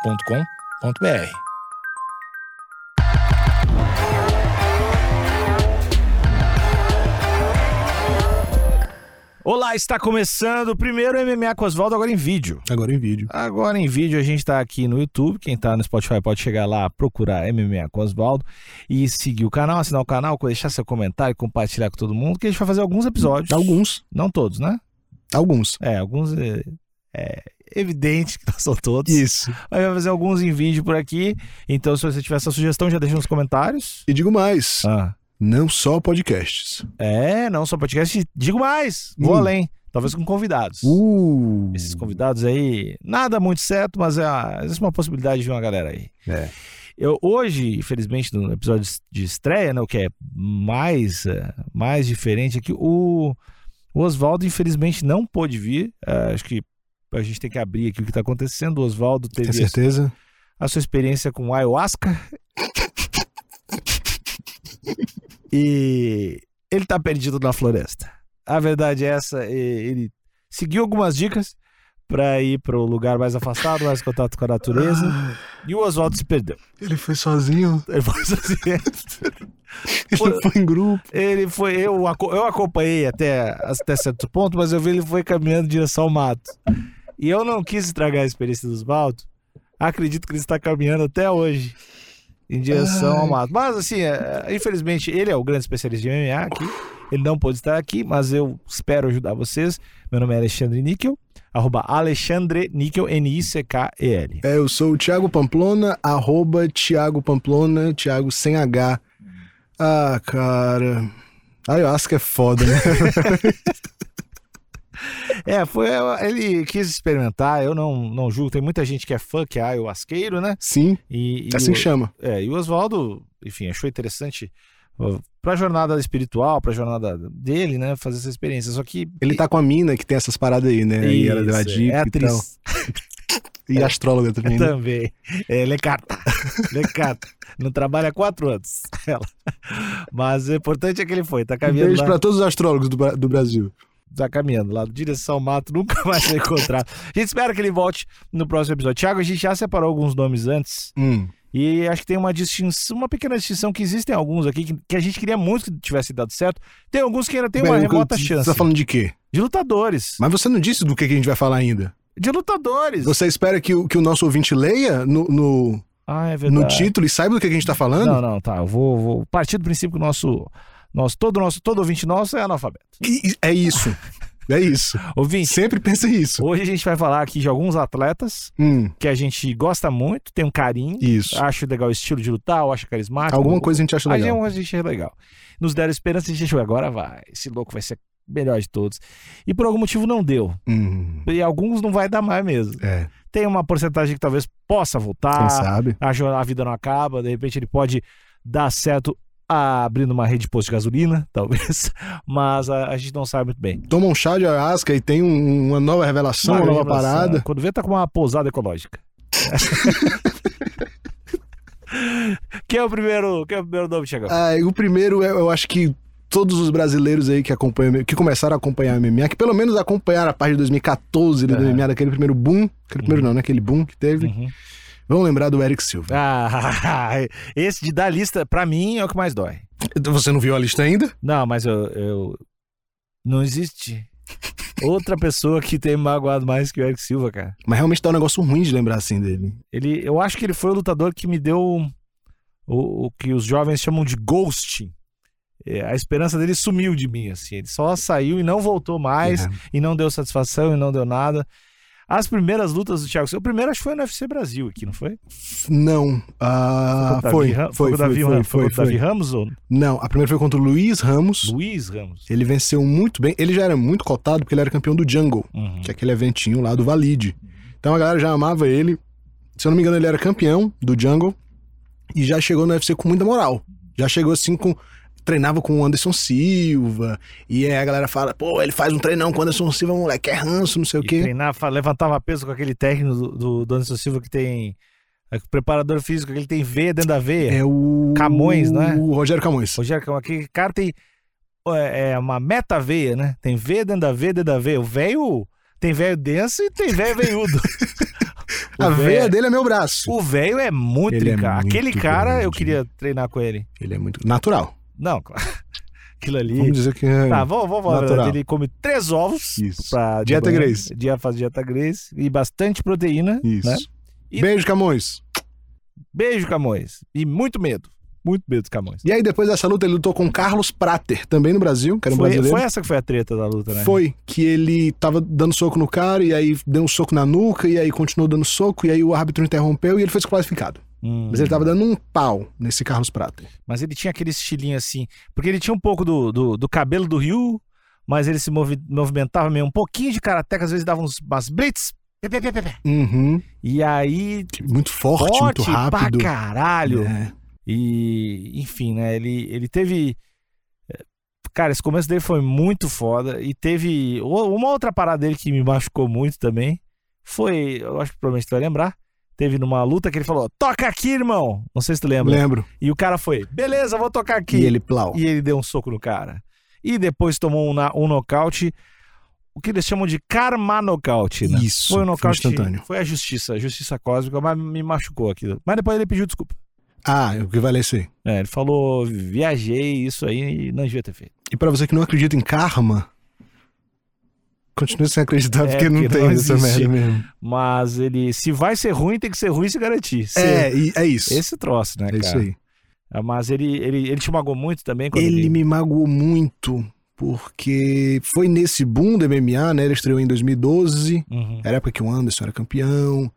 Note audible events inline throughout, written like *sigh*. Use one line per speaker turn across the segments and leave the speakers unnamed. agenciadepodcast.com.br.
Olá, está começando o primeiro MMA com Oswaldo, agora em vídeo.
Agora em vídeo.
Agora em vídeo a gente está aqui no YouTube. Quem está no Spotify pode chegar lá, procurar MMA com Oswaldo e seguir o canal, assinar o canal, deixar seu comentário, compartilhar com todo mundo, que a gente vai fazer alguns episódios.
Alguns.
Não todos, né?
Alguns.
É, alguns. É, é evidente que não são todos.
Isso.
Mas vai fazer alguns em vídeo por aqui. Então, se você tiver essa sugestão, já deixa nos comentários.
E digo mais,
Ah.
não só podcasts.
É, não só podcast. Digo mais, vou
Hum.
além. Talvez com convidados.
Uh.
Esses convidados aí, nada muito certo, mas é uma, existe uma possibilidade de uma galera aí.
É.
Eu, hoje, infelizmente, no episódio de estreia, né, o que é mais, eh, mais diferente, é que o, o Oswaldo, infelizmente, não pôde vir. Eh, acho que a gente tem que abrir aqui o que está acontecendo. O Oswaldo teve
Tem certeza?
a sua experiência com ayahuasca. e ele tá perdido na floresta. A verdade é essa, e ele seguiu algumas dicas para ir para o lugar mais afastado, mais contato com a natureza, e o Oswaldo se perdeu.
Ah, Ele foi sozinho?
Ele foi, assim,
Ele
Por-
foi em grupo?
ele foi- eu, aco- eu acompanhei até, até certo ponto, mas eu vi ele foi caminhando em direção ao mato. E eu não quis estragar a experiência do Oswaldo. Acredito que ele está caminhando até hoje em direção ao
Ai.
mato. Mas, assim, é, infelizmente, ele é o grande especialista de MMA aqui. Ele não pôde estar aqui, mas eu espero ajudar vocês. Meu nome é Alexandre Níquel, arroba Alexandre Níquel, N-I-C-K-E-L.
É, eu sou o Thiago Pamplona, arroba Thiago Pamplona, Thiago sem H. Ah, cara... Ayahuasca é foda,
*laughs*
né?
É, foi, ele quis experimentar, eu não, não julgo. Tem muita gente que é fã, que é ayahuasqueiro, né?
Sim,
E, e
assim
o-
chama.
É, e o Oswaldo, enfim, achou interessante para a jornada espiritual, para a jornada dele, né, fazer essa experiência. Só que
Ele tá com a mina que tem essas paradas aí, né? e ela deu a
Isso, é,
dica
é
e tal.
atriz É. Então,
E astróloga também, né?
também. É, *laughs* Lecata. Lecata. Não trabalha há quatro anos, *laughs* ela. Mas o importante é que ele foi, tá
Um
caminhando
beijo
lá,
pra todos os astrólogos do, Bra- do Brasil.
tá caminhando lá, direção ao mato, nunca *laughs* mais vai encontrar. A gente espera que ele volte no próximo episódio. Tiago, a gente já separou alguns nomes antes.
Hum.
E acho que tem uma distinção, uma pequena distinção que existem alguns aqui que, que a gente queria muito que tivesse dado certo. Tem alguns que ainda tem uma
Pera,
remota
você
chance.
Tá falando de quê?
De lutadores.
Mas você não disse do que que a gente vai falar ainda.
De lutadores.
Você espera que o, que o nosso ouvinte leia no, no,
Ah, é
no
verdade.
título e saiba do que a gente tá falando?
Não, não, tá. Eu vou, vou partir do princípio que o nosso. Nosso, todo nosso, todo ouvinte nosso é analfabeto.
E- e- é isso. É isso.
Ouvinte,
Sempre pensa isso.
hoje a gente vai falar aqui de alguns atletas
Hum,
que a gente gosta muito, tem um carinho,
isso.
acho legal o estilo de lutar, ou acha carismático.
Alguma
ou-
coisa a gente acha
Aí é
legal.
um gente legal. Nos deram esperança e a gente achou, agora vai. Esse louco vai ser o melhor de todos. E por algum motivo não deu.
Hum,
E alguns não vai dar mais mesmo.
é,
Tem uma porcentagem que talvez possa
quem
voltar.
sabe?
A, jo- a vida não acaba, de repente ele pode dar certo ah, abrindo uma rede de posto de gasolina, *laughs* talvez. Mas a, a gente não sabe muito bem.
Toma um chá de ayahuasca e tem um- uma nova revelação, uma nova
Mas, ah,
parada.
Quando vê, tá com uma pousada
*laughs*
ecológica. *laughs* quem é o primeiro, quem é o primeiro nome, Tiagão?
Ah, e o primeiro, eu, eu acho que todos os brasileiros aí que acompanham, que começaram a acompanhar a MMA, que pelo menos acompanharam a parte de 2014 ali do
Aham.
MMA, daquele primeiro boom. Aquele primeiro não, né? Aquele boom que teve.
Uhum.
Vão lembrar do Eric Silva.
Ah, *laughs* esse de dar lista, pra mim, é o que mais dói.
Você não viu a lista ainda?
Não, mas eu, eu- Não existe outra pessoa que tenha me magoado mais que o Eric Silva, cara.
Mas realmente dá um negócio ruim de lembrar assim dele.
Ele, eu acho que ele foi o lutador que me deu um, o, o que os jovens chamam de ghosting. É, a esperança dele sumiu de mim, assim. Ele só saiu e não voltou mais,
É.
e não deu satisfação, e não deu nada. As primeiras lutas do Thiago Silva, o primeiro acho que foi no UFC Brasil aqui, não foi?
Não. ah,
com o
foi,
Davi Ra-
foi,
com o Davi,
foi,
Ra- com
foi,
o Davi
foi.
Ramos ou
Não, a primeira foi contra o Luiz Ramos.
Luiz Ramos?
Ele venceu muito bem. Ele já era muito cotado porque ele era campeão do Jungle,
Uhum.
que é aquele eventinho lá do Valide. Então a galera já amava ele. Se eu não me engano, ele era campeão do Jungle e já chegou no UFC com muita moral. Já chegou assim com. Treinava com o Anderson Silva. E aí a galera fala, pô, ele faz um treinão com o Anderson Silva, moleque, é ranço, não sei o
E
quê.
treinar, fa- levantava peso com aquele técnico do, do, do Anderson Silva que tem. é, preparador físico, que ele tem veia dentro da veia.
É o.
Camões, não é?
O Rogério Camões.
Rogério Cão, aquele cara tem. É, é uma meta veia,
*laughs*
né? Tem veia dentro da veia, dentro da veia. O velho. Tem velho denso e tem velho veiudo.
A
O
veia
véio-
dele é meu braço.
O velho é muito
Ele é
trincado.
muito
Aquele cara eu
grande. né?
queria treinar com ele.
Ele é muito natural.
Não, claro. *laughs* Aquilo ali.
Vamos dizer que é
Tá, vamos, vamos falar a
Natural.
verdade. Ele come três ovos.
Isso.
Pra
Dieta
de manhã,
Grace.
Dia faz dieta Grace e bastante proteína.
isso.
né? E-
Beijo, Camões.
Beijo, Camões. E muito medo. Muito medo, Camões.
E aí, depois dessa luta, ele lutou com Carlos Prater, também no Brasil, que era um
Foi,
brasileiro.
foi essa que foi a treta da luta, né?
Foi que ele tava dando soco no cara, e aí deu um soco na nuca, e aí continuou dando soco, e aí o árbitro interrompeu e ele foi desqualificado.
Hum.
Mas ele tava dando um pau nesse Carlos Prater.
Mas ele tinha aquele estilinho assim. Porque ele tinha um pouco do, do, do cabelo do Ryu, mas ele se movi- movimentava meio um pouquinho de karateca, às vezes dava uns, umas blitz. Pé, pé, pé, pé, pé.
Uhum.
E aí.
Muito forte, muito
forte
rápido.
pra caralho.
É.
E, enfim, né? Ele, ele teve. é, Cara, esse começo dele foi muito foda. E teve. o- Uma outra parada dele que me machucou muito também. Foi. Eu acho que provavelmente tu vai lembrar. Teve numa luta que ele falou: Toca aqui, irmão! Não sei se tu lembra.
Lembro.
E o cara foi: Beleza, vou tocar aqui.
E ele plau.
E ele deu um soco no cara. E depois tomou um, na- um nocaute. O que eles chamam de karma nocaute, né?
Isso.
Foi um nocaute.
instantâneo.
Foi a justiça, a justiça cósmica, mas me machucou aquilo. Mas depois ele pediu desculpa.
Ah, é o que vale é esse aí.
É, ele falou, viajei, isso aí não devia ter feito.
E pra você que não acredita em karma, continue sem acreditar,
É,
porque não
porque
tem
não
essa
existe.
merda mesmo.
Mas ele, se vai ser ruim, tem que ser ruim e se garantir. Se-
É, e- é isso.
Esse troço, né,
é isso
cara?
aí.
É, Mas ele, ele, ele te magoou muito também quando ele...
Ele me magoou muito, porque foi nesse boom do MMA, né? Ele estreou em 2012.
Uhum.
Era a época que o Anderson era campeão,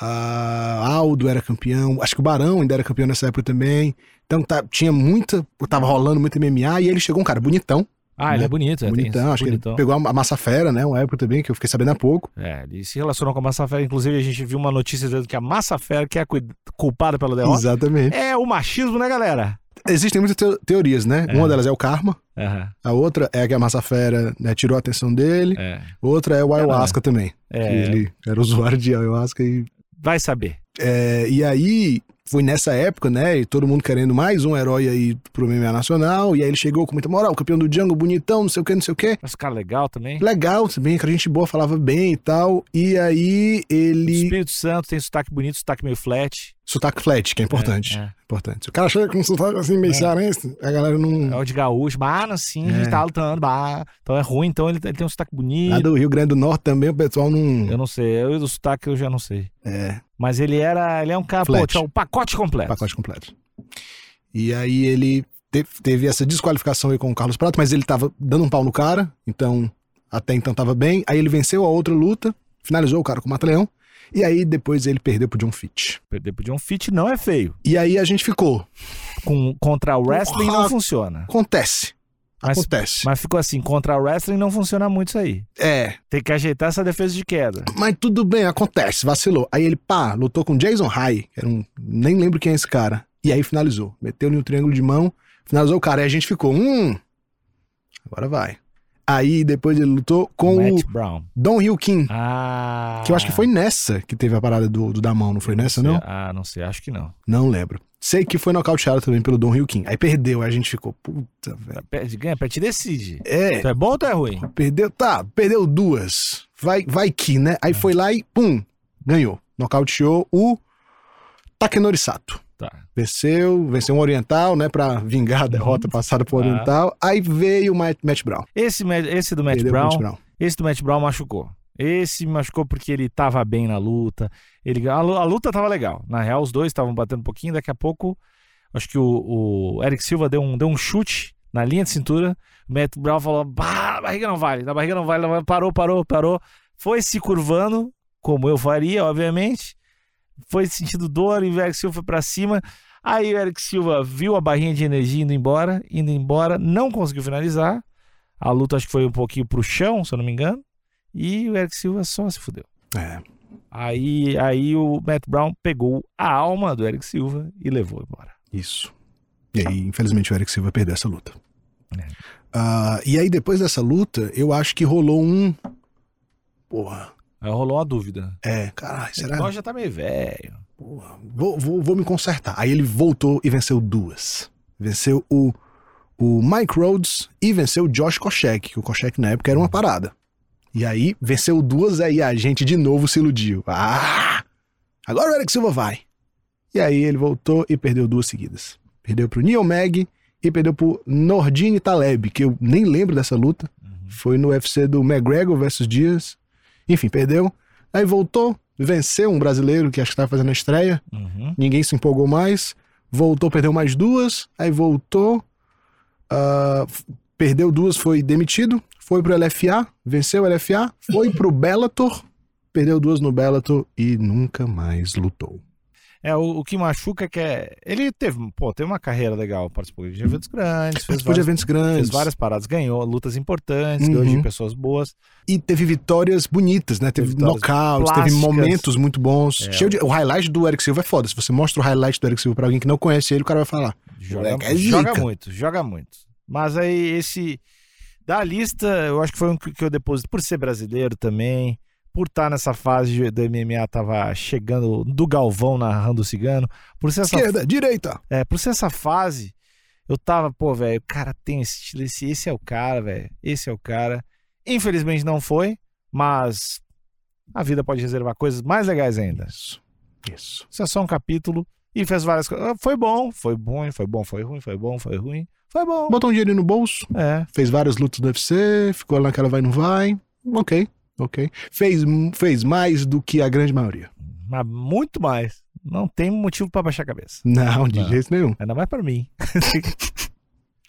a Aldo era campeão, acho que o Barão ainda era campeão nessa época também. Então tá- tinha muita. Tava rolando muito MMA e ele chegou um cara bonitão.
Ah, ele
né?
é bonito. é, tem
bonitão,
isso,
acho
bonitão.
que ele pegou a massa fera, né? Uma época também, que eu fiquei sabendo há pouco.
É, ele se relacionou com a Massa Fera. Inclusive, a gente viu uma notícia dizendo que a Massa Fera, que é a cui- culpada pela derrota,
Exatamente.
é o machismo, né, galera?
Existem muitas teo- teorias, né?
É.
Uma delas é o karma.
Aham,
A outra é que a Massa Fera né, tirou a atenção dele.
é.
Outra é o
não,
ayahuasca também.
É,
que ele era usuário de ayahuasca e,
Vai saber.
é, e aí foi nessa época, né, e todo mundo querendo mais um herói aí pro MMA nacional, e aí ele chegou com muita moral, campeão do Django, bonitão, não sei o que, não sei o que,
Mas o cara é legal também.
legal também, que a gente boa, falava bem e tal, e aí ele...
Espírito Santo tem sotaque bonito, sotaque meio flat.
Sotaque flat, que é importante,
É,
importante. Se o cara chega com um sotaque assim, meio
É.
cearense, a galera
é.
não...
É o de gaúcho, mas assim, a
É.
gente tá lutando, bah. então é ruim, então ele, ele tem um sotaque bonito.
Lá do Rio Grande do Norte também, o pessoal não...
Eu não sei, eu do sotaque eu já não sei.
É,
Mas ele era, ele é um cara, pô,
Flat.
tinha o pacote completo.
pacote completo. E aí ele te- teve essa desqualificação aí com o Carlos Prato, mas ele tava dando um pau no cara, então até então tava bem. Aí ele venceu a outra luta, finalizou o cara com o Mata-Leão, e aí depois ele perdeu pro John Fitch.
Perder pro John Fit não é feio.
E aí a gente ficou,
Com, contra o wrestling não
Porra.
funciona.
acontece,
Mas-
acontece.
Mas ficou assim, contra o wrestling não funciona muito isso aí.
É,
Tem que ajeitar essa defesa de queda.
mas tudo bem, acontece, vacilou. Aí ele, pá, lutou com Jason High, era um, nem lembro quem é esse cara, e aí finalizou. Meteu-lhe um triângulo de mão, finalizou o cara, e a gente ficou, hum, agora vai. Aí depois ele lutou com o
Matt Brown.
Don Hill Kim,
Ah.
que eu acho que foi nessa que teve a parada do, do da mão, não foi nessa, não?
Ah, não sei, acho que não.
Não lembro. Sei que foi nocauteado também pelo Don Hill Kim. Aí perdeu, aí a gente ficou, puta, velho.
Perde, ganha, perde, decide.
É,
Tu é bom ou tu é ruim?
perdeu, tá, perdeu duas. Vai, vai que, né?
É.
Aí foi lá e, pum, ganhou. Nocauteou o Takenori Sato.
Tá. Uhum.
Venceu, venceu um oriental, né, pra vingar a derrota passada pro
Ah.
oriental. Aí veio o Matt, Matt Brown.
Esse, ma- esse do Matt
Perdeu pro
Brown,
Matt Brown.
esse do Matt Brown machucou. Esse me machucou porque ele tava bem na luta. Ele, a, lu- a luta tava legal. Na real, os dois estavam batendo um pouquinho. Daqui a pouco, acho que o, o Eric Silva deu um, deu um chute na linha de cintura. O Matt Brown falou: bah, na barriga não vale, na barriga não vale, não vale." Parou, parou, parou. Foi se curvando, como eu faria, obviamente. Foi sentindo dor e o Eric Silva foi pra cima. Aí o Eric Silva viu a barrinha de energia indo embora, indo embora, não conseguiu finalizar. A luta acho que foi um pouquinho pro chão, se eu não me engano. E o Eric Silva só se fudeu.
É.
Aí, aí o Matt Brown pegou a alma do Eric Silva e levou embora.
Isso. E aí, infelizmente, o Eric Silva perdeu essa luta.
Tá. É.
Ah, e aí, depois dessa luta, eu acho que rolou um. Porra,
Aí rolou uma dúvida.
é, caralho, será?
Nós já tá meio velho.
Porra, vou, vou, vou me consertar. Aí ele voltou e venceu duas. Venceu o, o Mike Rhodes e venceu o Josh Koscheck, que o Koscheck na época era uma parada. E aí, venceu duas, aí a gente de novo se iludiu. Ah! Agora o Eric Silva vai. E aí ele voltou e perdeu duas seguidas. Perdeu pro Neil Mag e perdeu pro Nordine Taleb, que eu nem lembro dessa luta. Foi no UFC do McGregor versus Dias. Enfim, perdeu. Aí voltou, venceu um brasileiro que acho que tava fazendo a estreia
Uhum.
ninguém se empolgou mais. Voltou, perdeu mais duas, aí voltou, ah, f- perdeu duas, foi demitido, foi pro LFA, venceu o LFA, foi pro Bellator, perdeu duas no Bellator e nunca mais lutou.
É, o, o que machuca é que é. Ele teve, pô, teve uma carreira legal, participou de eventos grandes, fez,
Participou de
várias, fez
eventos grandes
várias paradas, ganhou lutas importantes, ganhou
Uhum.
de pessoas boas.
e teve vitórias bonitas, né? Teve
Vitórias
nocautes, teve
plásticas. É.
momentos muito bons. Cheio de... O highlight do Eric Silva é foda. Se você mostra o highlight do Eric Silva pra alguém que não conhece ele, o cara vai falar.
Joga,
Moleque, é
joga
zica.
muito, joga muito. Mas aí esse da lista, eu acho que foi um que que eu deposito por ser brasileiro também, por estar nessa fase de- do MMA tava chegando do Galvão narrando o cigano, por ser essa
Esquerda, direita.
É, por ser essa fase, eu tava, pô, velho, o cara tem esse estilo, esse, esse é o cara, velho, esse é o cara. Infelizmente não foi, mas a vida pode reservar coisas mais legais ainda.
Isso. Isso.
Isso é só um capítulo e fez várias coisas. Foi bom, foi ruim, foi bom, foi ruim, foi bom, foi ruim, foi bom.
Botou um dinheiro no bolso.
É,
fez várias lutas do UFC, ficou lá naquela vai não vai. Ok, ok. Fez, fez mais do que a grande maioria.
mas muito mais. Não tem motivo pra baixar a cabeça.
Não, de
Não.
jeito nenhum.
Ainda mais pra mim.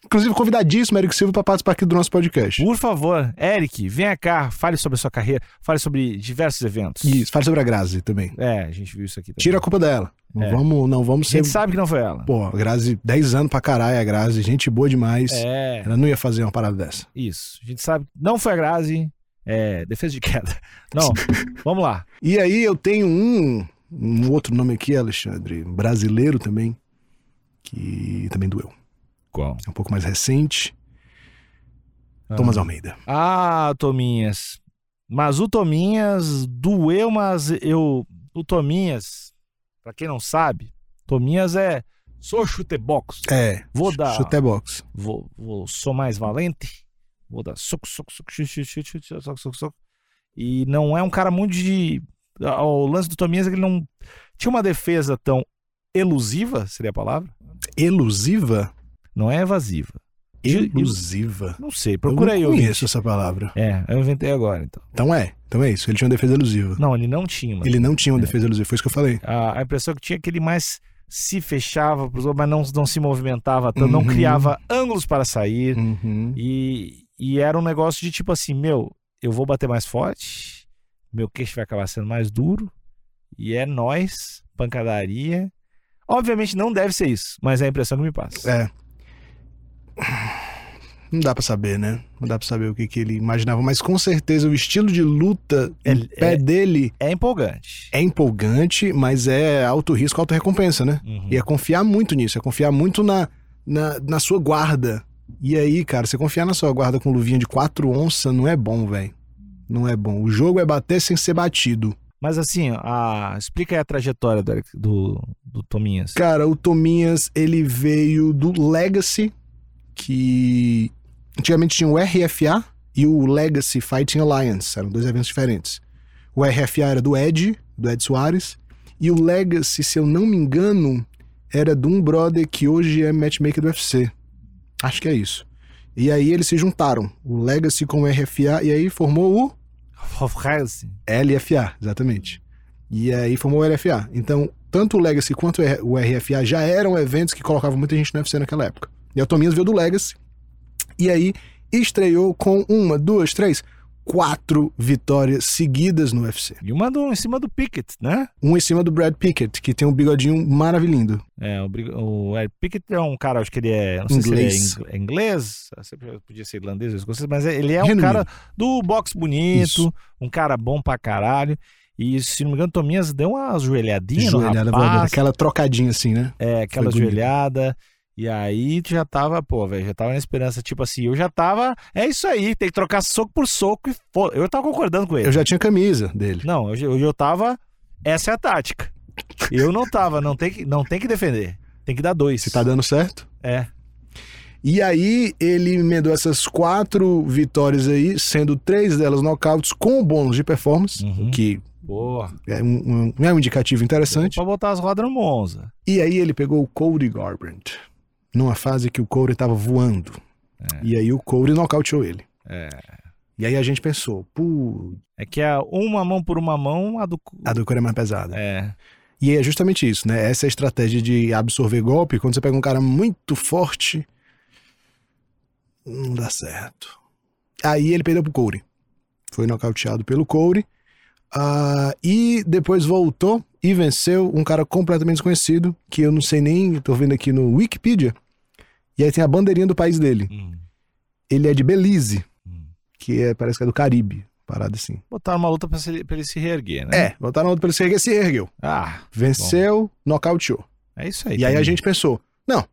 Inclusive, convidadíssimo Eric Silva pra participar aqui do nosso podcast.
Por favor, Eric, venha cá, fale sobre a sua carreira, fale sobre diversos eventos.
Isso, fala sobre a Grazi também.
É, a gente viu isso aqui. Também.
Tira a culpa dela. Não
É.
vamos, não vamos
a
ser.
gente sabe que não foi ela.
Pô, a Grazi, 10 anos pra caralho, a Grazi, gente boa demais.
É.
Ela não ia fazer uma parada dessa.
Isso. A gente sabe. Não foi a Grazi. É, defesa de queda.
*laughs*
Não. Vamos lá.
E aí eu tenho um, um outro nome aqui, Alexandre, brasileiro também, que também doeu.
Qual?
É um pouco mais recente.
Ah.
Thomas Almeida.
Ah, Tominhas. Mas o Tominhas doeu, mas eu. O Tominhas, pra quem não sabe, Tominhas é. Sou chutebox.
É.
Vou dar.
Chute box.
Vou, vou, sou mais valente. Vou dar soco, soco, soco, chute, chute, chute, chute, soco, soco, soco. E não é um cara muito de. ah, O lance do Tominhas é que ele não tinha uma defesa tão elusiva, seria a palavra?
Elusiva?
Não é evasiva. De-
Elusiva.
Não sei, procura aí.
Eu não
ouvinte.
conheço essa palavra.
É, eu inventei agora, então.
Então é. Então é isso. Ele tinha uma defesa elusiva.
Não, ele não É. tinha, mano.
Ele não tinha uma defesa elusiva. Foi isso que eu falei.
A, a impressão que tinha é que ele mais se fechava pros outros, mas não, não se movimentava tanto, não
Uhum.
criava ângulos para sair.
Uhum.
E, e era um negócio de tipo assim, meu, eu vou bater mais forte, meu queixo vai acabar sendo mais duro, e é nós, pancadaria. Obviamente não deve ser isso, mas é a impressão que me passa.
É. Não dá pra saber, né? Não dá pra saber o que, que ele imaginava. Mas com certeza o estilo de luta em
Ele-
pé
é-
dele
É empolgante.
é empolgante, mas é alto risco, alta recompensa, né?
Uhum.
E é confiar muito nisso. É confiar muito na, na, na sua guarda. E aí, cara, você confiar na sua guarda com luvinha de 4 onças não é bom, velho. Não é bom. O jogo é bater sem ser batido.
Mas assim, a... explica aí a trajetória do, Alex- do, do Tominhas.
Cara, o Tominhas, ele veio do Legacy, que antigamente tinha o RFA e o Legacy Fighting Alliance, eram dois eventos diferentes. O RFA era do Ed, do Ed Soares, e o Legacy, se eu não me engano, era de um brother que hoje é matchmaker do UFC. Acho que é isso. E aí eles se juntaram, o Legacy com o RFA, e aí formou o
Hofreisen.
LFA, exatamente. E aí formou o LFA. Então, tanto o Legacy quanto o R- o RFA já eram eventos que colocavam muita gente no UFC naquela época. E o Tominhas veio do Legacy. E aí estreou com uma, duas, três, quatro vitórias seguidas no UFC.
E uma do, em cima do Pickett, né?
Um em cima do Brad Pickett, que tem um bigodinho maravilhoso.
É, o, Brig- o Eric Pickett é um cara, acho que ele é. Não sei
Inglês.
se ele é ing- é inglês, sempre podia ser irlandês ou escocês, mas ele é um
Genuíno.
cara do boxe bonito,
Isso.
um cara bom pra caralho. E se não me engano, Tominhas deu uma joelhadinha
Joelhada
no rapaz,
voadora, aquela trocadinha assim, né?
é, aquela
Foi bonito.
joelhada. E aí tu já tava, pô, velho, já tava na esperança, tipo assim, eu já tava, é isso aí, tem que trocar soco por soco e foda. Eu tava concordando com ele.
Eu já tinha camisa dele.
Não, hoje hoje eu, tava. Essa é a tática. Eu não tava, não tem que, não tem que defender. Tem que dar dois.
Se tá dando certo?
É.
E aí ele emendou essas quatro vitórias aí, sendo três delas nocautes com bônus de performance.
Uhum.
que
Porra.
É um, um- é um indicativo interessante.
Pra botar as rodas no Monza.
E aí ele pegou o Cody Garbrandt, numa fase que o Cody tava voando. E aí o Cody nocauteou ele.
É.
E aí a gente pensou, pô,
É que a uma mão por uma mão, a do.
a do Cody é mais pesada.
É.
E é justamente isso, né? Essa é a estratégia de absorver golpe. Quando você pega um cara muito forte, não dá certo. Aí ele perdeu pro Corey. Foi nocauteado pelo Corey. Ah, e depois voltou e venceu um cara completamente desconhecido, que eu não sei nem, tô vendo aqui no Wikipedia. E aí tem a bandeirinha do país dele.
Hum,
Ele é de Belize,
hum.
que é, parece que é do Caribe, parada assim.
Botaram uma luta pra, se- pra ele se reerguer, né?
É, voltaram outro pelo que se ergueu.
Ah,
Venceu, nocauteou.
é isso aí.
E aí a
também.
gente pensou, não,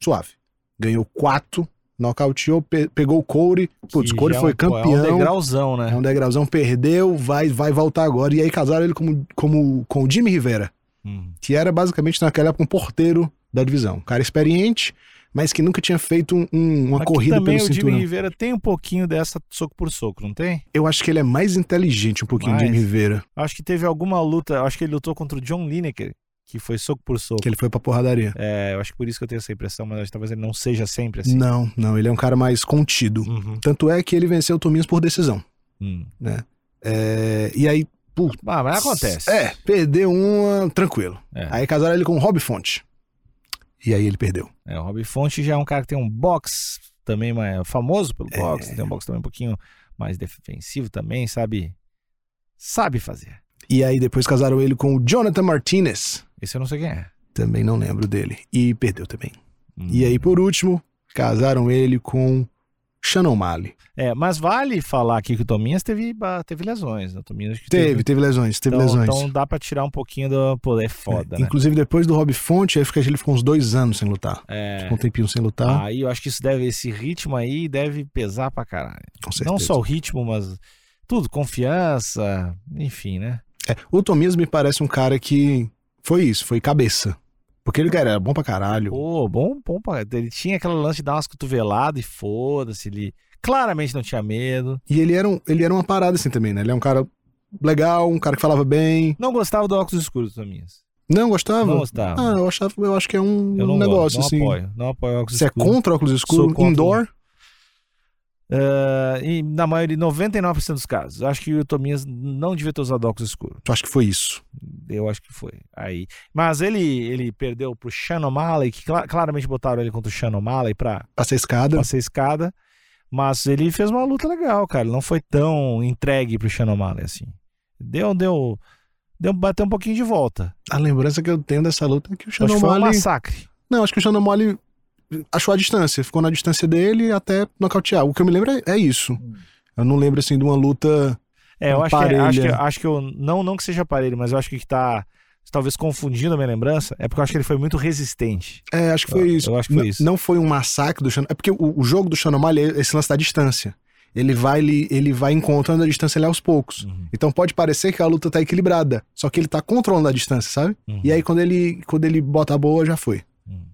suave. Ganhou quatro, nocauteou, pe- pegou o Corey. Putz,
Que
o Corey
já é
foi
um- pô, É um
campeão.
degrauzão, né?
É um degrauzão, perdeu, vai, vai voltar agora. E aí casaram ele como, como, com o Jimmy Rivera,
Hum.
que era basicamente naquela época um porteiro da divisão. Um cara experiente, mas que nunca tinha feito um- um- uma
Aqui
corrida
também
pelo
o Jimmy
cinturão.
Rivera tem um pouquinho dessa soco por soco, não tem?
Eu acho que ele é mais inteligente um pouquinho, o
Mais.
Jimmy Rivera,
Acho que teve alguma luta, acho que ele lutou contra o John Lineker, que foi soco por soco.
que ele foi pra porradaria.
É, eu acho que por isso que eu tenho essa impressão, mas acho que talvez ele não seja sempre assim.
Não, não, ele é um cara mais contido.
Uhum.
Tanto é que ele venceu o Tominhas por decisão.
Hum.
É, e aí
Ah, mas acontece.
É, perdeu uma, tranquilo.
É.
Aí casaram ele com o Rob Fonte. E aí ele perdeu.
É, o Rob Fonte já é um cara que tem um box também, mas famoso
É.
pelo box, tem um box também um pouquinho mais defensivo também, sabe? Sabe fazer.
E aí depois casaram ele com o Jonathan Martinez.
Esse eu não sei quem é.
Também não lembro dele. E perdeu também.
Hum.
E aí, por último, casaram ele com Shannon Malley.
É, mas vale falar aqui que o Tominhas teve, ba- teve lesões, né? O Tominhas acho que
Teve, teve lesões, teve
então,
lesões.
Então dá pra tirar um pouquinho do. Pô, é foda, né?
Inclusive, depois do Rob Fonte, aí fica- ele ficou uns dois anos sem lutar.
É.
Ficou um tempinho sem lutar,
Aí eu acho que isso deve, esse ritmo aí deve pesar pra caralho.
com certeza.
Não só o ritmo, mas tudo, confiança, enfim, né?
É, o Tomias me parece um cara que foi isso, foi cabeça. Porque ele, cara, era bom pra caralho.
Pô, bom, bom pra... Ele tinha aquela lance de dar umas cotoveladas e foda-se, ele claramente não tinha medo.
E ele era, um, ele era uma parada assim também, né? Ele é um cara legal, um cara que falava bem.
Não gostava do óculos escuros do Tominhas.
Não gostava?
Não gostava.
Ah, eu achava, eu acho que é um,
eu não
negócio
gosto,
assim.
não apoio. Não apoio óculos
Você é
escuros.
contra óculos escuros,
Sou contra.
indoor?
Ah, e na maioria, 99% dos casos. Acho que o Tominhas não devia ter usado óculos escuros.
Tu acha que foi isso?
Eu acho que foi. Aí. Mas ele, ele perdeu pro Shannon Malley, que cla- claramente botaram ele contra o Shannon Malley pra
Passei a escada.
passar a escada. Mas ele fez uma luta legal, cara. Ele não foi tão entregue pro Shannon Malley assim. Deu, deu. Deu bateu um pouquinho de volta.
A lembrança que eu tenho dessa luta é que o
Acho
Shannon
que foi um
Malley...
massacre.
Não, acho que o Shannon Malley achou a distância. Ficou na distância dele até nocautear. O que eu me lembro é, é isso.
Hum.
Eu não lembro, assim, de uma luta...
É, eu
Um
acho que, acho que
parelha.
acho que eu. Não, não que seja aparelho, mas eu acho que o que tá. Talvez confundindo a minha lembrança, é porque eu acho que ele foi muito resistente.
É, acho que foi
Eu-
isso.
Ah, eu acho que foi
N-
isso.
Não foi um massacre do Shannon... É porque o, o jogo do Shannon Malley é esse lance da distância. Ele vai, ele, ele vai encontrando a distância ali aos poucos.
Uhum,
Então pode parecer que a luta tá equilibrada, só que ele tá controlando a distância, sabe? E aí quando ele, quando ele bota a boa, já foi.
Uhum.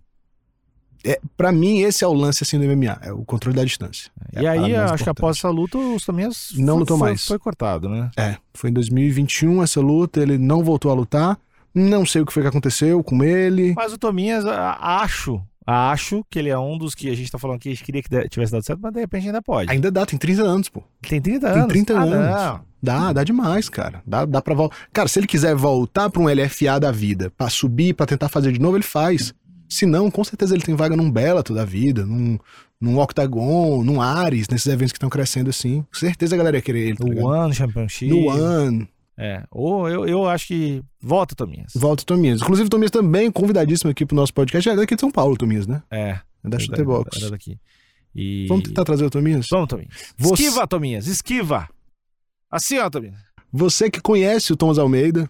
É, para mim esse é o lance assim do MMA, é o controle da distância.
e
É a
aí,
parada mais
acho que
importante.
após essa luta, os Tominhas.
Não
foi-
lutou
foi-
mais.
Foi cortado, né?
É, foi em 2021 essa luta, ele não voltou a lutar. Não sei o que foi que aconteceu com ele.
Mas o Tominhas, a- a- acho. Acho que ele é um dos que a gente tá falando que a gente queria que de- tivesse dado certo, mas de repente ainda pode.
Ainda dá, tem 30 anos, pô.
Tem 30
Tem
anos.
30
Ah,
anos.
não.
Dá, dá demais, cara. Dá, dá pra voltar. Cara, se ele quiser voltar pra um LFA da vida, pra subir, pra tentar fazer de novo, ele faz. Se não, com certeza ele tem vaga num Bellator da vida, num, num Octagon, num Ares, nesses eventos que estão crescendo assim. Com certeza a galera ia querer ele. Tá
No
ligado?
One Championship.
no One.
É. Ou eu, eu acho que. Volta, Tominhas.
Volta o Tomias. Inclusive, o Tomias também, convidadíssimo aqui pro nosso podcast. É daqui de São Paulo, o Tomias, né?
É.
É da
era-
Chutebox.
era daqui. E...
Vamos tentar trazer o Tomias?
Vamos, Tominhas.
Você-
Esquiva, Tominhas. Esquiva. Assim, ó, Tominhas.
Você que conhece o Thomas Almeida,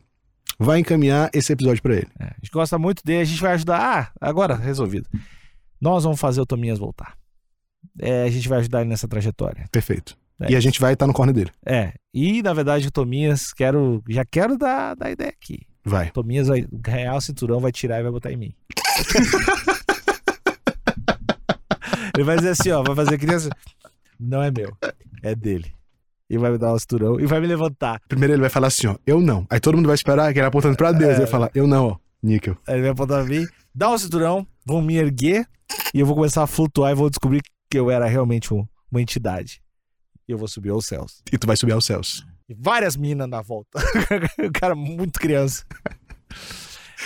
vai encaminhar esse episódio pra ele.
É, a gente gosta muito dele, a gente vai ajudar. Ah, agora, resolvido. Nós vamos fazer o Tominhas voltar. É, a gente vai ajudar ele nessa trajetória.
Perfeito.
É.
E a gente vai estar no corner dele.
É, e na verdade o Tominhas, quero, já quero dar, dar ideia aqui.
Vai.
O Tominhas vai ganhar o cinturão, vai tirar e vai botar em mim. assim, Ele vai dizer assim, ó, vai fazer criança. Não é meu, é dele. e vai me dar um cinturão e vai me levantar.
Primeiro ele vai falar assim, ó, eu não. Aí todo mundo vai esperar que ele apontando pra
É.
Deus. Ele vai falar, eu não, ó, níquel.
Aí ele vai apontar pra mim, dá um cinturão, vão me erguer e eu vou começar a flutuar e vou descobrir que eu era realmente um- uma entidade. E eu vou subir aos céus.
E tu vai subir aos céus.
E várias minas na volta. *laughs* o cara muito criança.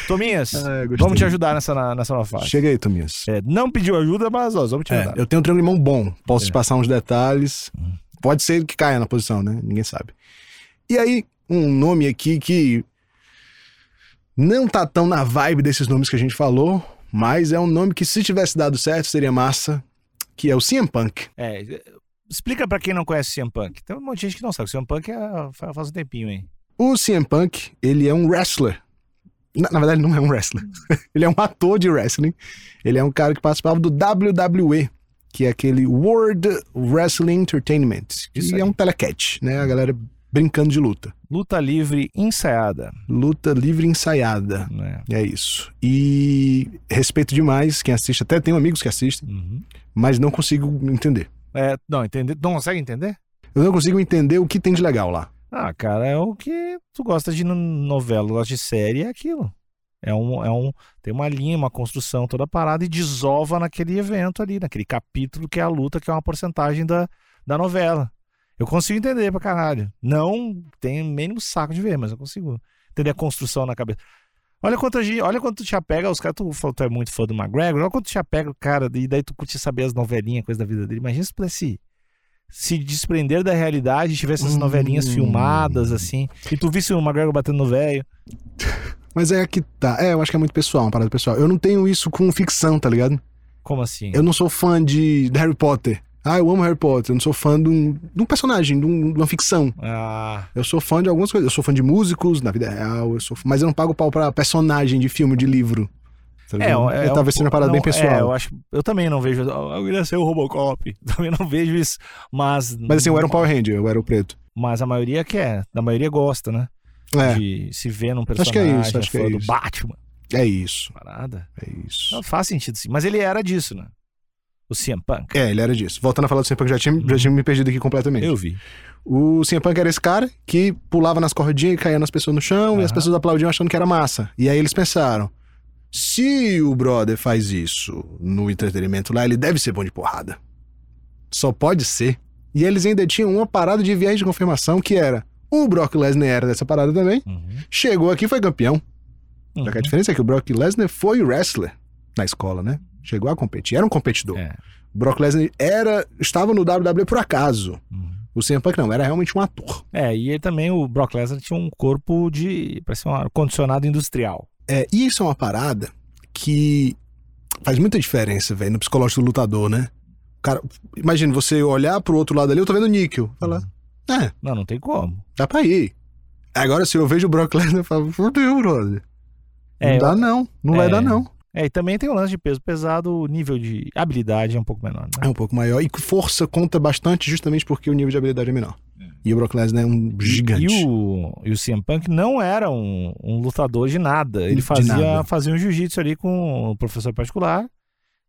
Tominhas, É, vamos te ajudar nessa, na- nessa nova fase.
Chega aí, Tomias.
É, não pediu ajuda, mas nós vamos te
É,
ajudar.
eu tenho um triângulo de mão bom.
É.
Posso
Hum.
te passar uns detalhes. Pode ser que caia na posição, né? Ninguém sabe. E aí, um nome aqui que não tá tão na vibe desses nomes que a gente falou, mas é um nome que se tivesse dado certo seria massa, que é o CM Punk.
É, explica pra quem não conhece o CM Punk. Tem um monte de gente que não sabe. O CM Punk é, fa- faz um tempinho, hein?
O CM Punk, ele é um wrestler. Na, na verdade, ele não é um wrestler. *laughs* ele é um ator de wrestling. Ele é um cara que participava do WWE, que é aquele World Wrestling Entertainment, que
Isso aí.
é um telecat, né? A galera brincando de luta.
Luta livre ensaiada.
Luta livre ensaiada.
Né?
É isso. E respeito demais quem assiste. Até tenho amigos que assistem,
Uhum.
mas não consigo entender.
É, não, entende... não consegue entender?
Eu não consigo entender o que tem de legal lá.
Ah, cara, é o que tu gosta de no- novela, gosta de série, é aquilo. É um, é um, tem uma linha, uma construção toda parada e desova naquele evento ali, naquele capítulo que é a luta, que é uma porcentagem da, da novela. Eu consigo entender pra caralho. Não tenho o mínimo saco de ver, mas eu consigo entender a construção na cabeça. Olha quanto, olha quanto tu te apega, os caras, tu, fala- tu é muito fã do McGregor, olha quanto tu te apega, cara, e daí tu curte saber as novelinhas, coisa da vida dele. Imagina se pudesse se desprender da realidade e tivesse essas
Hum.
novelinhas filmadas, assim, e tu visse o McGregor batendo no velho.
Mas é que tá. É, eu acho que é muito pessoal, uma parada pessoal. Eu não tenho isso com ficção, tá ligado?
Como assim?
Eu não sou fã de de Harry Potter. Ah, eu amo Harry Potter. Eu não sou fã de um, de um personagem, de, um- de uma ficção.
Ah,
Eu sou fã de algumas coisas. Eu sou fã de músicos na vida real. Eu sou, mas eu não pago pau pra personagem de filme, de livro. Tá ligado?
é, é,
eu tava sendo uma parada
não,
bem
É, eu
pessoal.
acho, eu também não vejo, "Ah, eu queria ser o Robocop, *laughs* também não vejo isso, mas...
Mas assim, eu era um Power Ranger, eu era o preto.
Mas a maioria quer, a maioria gosta, né?
É,
de se ver num
Acho
personagem
que é isso, acho
é
que é
fã do
isso.
Batman,
é isso.
parada.
É isso.
Não faz sentido sim. Mas ele era disso, né? O CM Punk.
É, ele era disso. Voltando a falar do CM Punk, já tinha, já tinha me perdido aqui completamente.
Eu vi.
O CM Punk era esse cara que pulava nas cordinhas e caía nas pessoas no chão e as
Aham.
pessoas aplaudiam achando que era massa. E aí eles pensaram: se o brother faz isso no entretenimento lá, ele deve ser bom de porrada. Só pode ser. E eles ainda tinham uma parada de viés de confirmação que era: o Brock Lesnar era dessa parada também,
Uhum.
chegou aqui e foi campeão.
Uhum.
Só que a diferença é que o Brock Lesnar foi wrestler na escola, né? Chegou a competir, era um competidor.
É.
O Brock Lesnar era, estava no WWE por acaso.
Uhum.
O CM Punk não, era realmente um ator.
É, e ele também, o Brock Lesnar, tinha um corpo de. parecia um ar-condicionado industrial.
É, e isso é uma parada que faz muita diferença, velho, no psicológico do lutador, né? O Cara, imagina você olhar pro outro lado ali, eu tô vendo o níquel. Falar,
Uhum.
é,
Não, não tem como.
dá pra ir. Agora, se eu vejo o Brock Lesnar, eu falo, fudeu, brother.
É,
não dá não, não
é.
vai dar não.
é, e também tem o lance de peso pesado, o nível de habilidade é um pouco menor, né?
É um pouco maior. E força conta bastante justamente porque o nível de habilidade é menor. E o Brock Lesnar é um gigante.
E o, e o CM Punk não era um, um lutador de nada. Ele
De
fazia,
nada.
fazia um jiu-jitsu ali com um professor particular.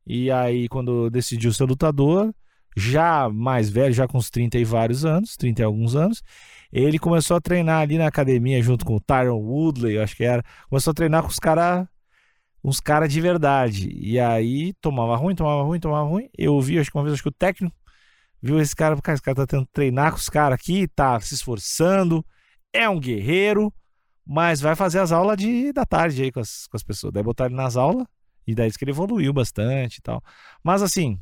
E aí, quando decidiu ser lutador, já mais velho, já com uns 30 e vários anos, 30 e alguns anos, ele começou a treinar ali na academia junto com o Tyron Woodley, eu acho que era. Começou a treinar com os caras. Uns caras de verdade. E aí tomava ruim, tomava ruim, tomava ruim. Eu vi, acho que uma vez, acho que o técnico viu esse cara, cara, esse cara tá tentando treinar com os caras aqui, tá se esforçando, é um guerreiro, mas vai fazer as aulas de, da tarde aí com as, com as pessoas. Daí botar ele nas aulas, e daí diz que ele evoluiu bastante e tal. Mas assim,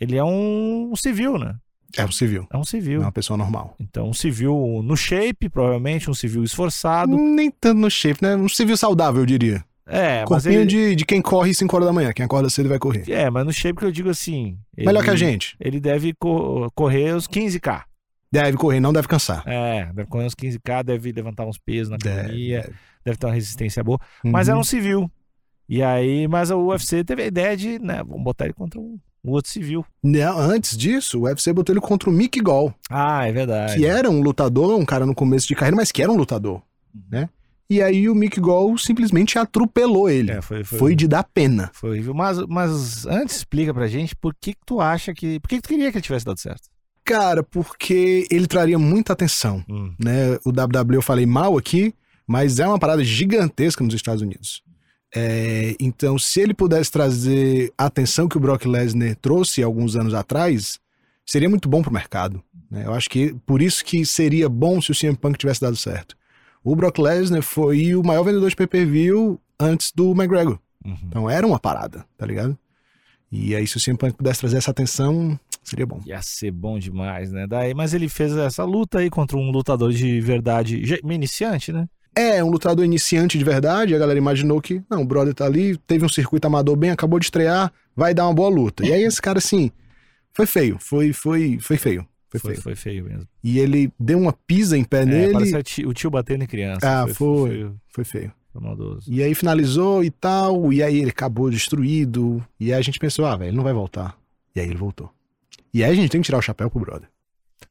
ele é um, civil, né?
É um civil,
É um civil.
não é uma pessoa normal.
Então, um civil no shape, provavelmente, um civil esforçado.
Nem tanto no shape, né? Um civil saudável, eu diria.
É, mas
Corpinho
ele.
de, de quem corre 5 horas da manhã. Quem acorda cedo vai correr.
É, mas no shape que eu digo assim.
Melhor
ele-
que a gente.
Ele deve co- correr os 15K.
Deve correr, não deve cansar.
É, deve correr uns 15K, deve levantar uns pesos na
Deve,
academia, deve, ter uma resistência boa.
Uhum.
Mas era um civil. E aí, mas o UFC teve a ideia de, né, vamos botar ele contra um, um outro civil.
Não, antes disso, o UFC botou ele contra o Mick Gall,
Ah, é verdade.
que era um lutador, um cara no começo de carreira, mas que era um lutador,
Uhum.
né? E aí o Mick Gall simplesmente atropelou ele.
É, foi, foi,
Foi de dar pena.
foi horrível. Mas, mas antes explica pra gente por que, que tu acha que. Por que, que tu queria que ele tivesse dado certo?
Cara, porque ele traria muita atenção,
Hum.
né? O WWE eu falei mal aqui, mas é uma parada gigantesca nos Estados Unidos. É, então, se ele pudesse trazer a atenção que o Brock Lesnar trouxe alguns anos atrás, seria muito bom pro mercado. né? Eu acho que por isso que seria bom se o CM Punk tivesse dado certo. O Brock Lesnar foi o maior vendedor de pay-per-view antes do McGregor.
Uhum.
Então era uma parada, tá ligado? E aí, se o CM Punk pudesse trazer essa atenção, seria bom.
Ia ser bom demais, né? Daí, mas ele fez essa luta aí contra um lutador de verdade, já- iniciante, né?
É, um lutador iniciante de verdade, a galera imaginou que, não, o brother tá ali, teve um circuito amador bem, acabou de estrear, vai dar uma boa luta. E aí esse cara, assim, foi feio, foi, foi, foi feio, foi,
Foi,
feio.
foi feio mesmo.
E ele deu uma pisa em
É,
pé nele,
parece a ti- o tio batendo em criança.
Ah, foi.
Foi,
foi feio.
foi maldoso.
E aí finalizou e tal, e aí ele acabou destruído, e aí a gente pensou, ah, velho, ele não vai voltar. E aí ele voltou. E aí a gente tem que tirar o chapéu pro brother,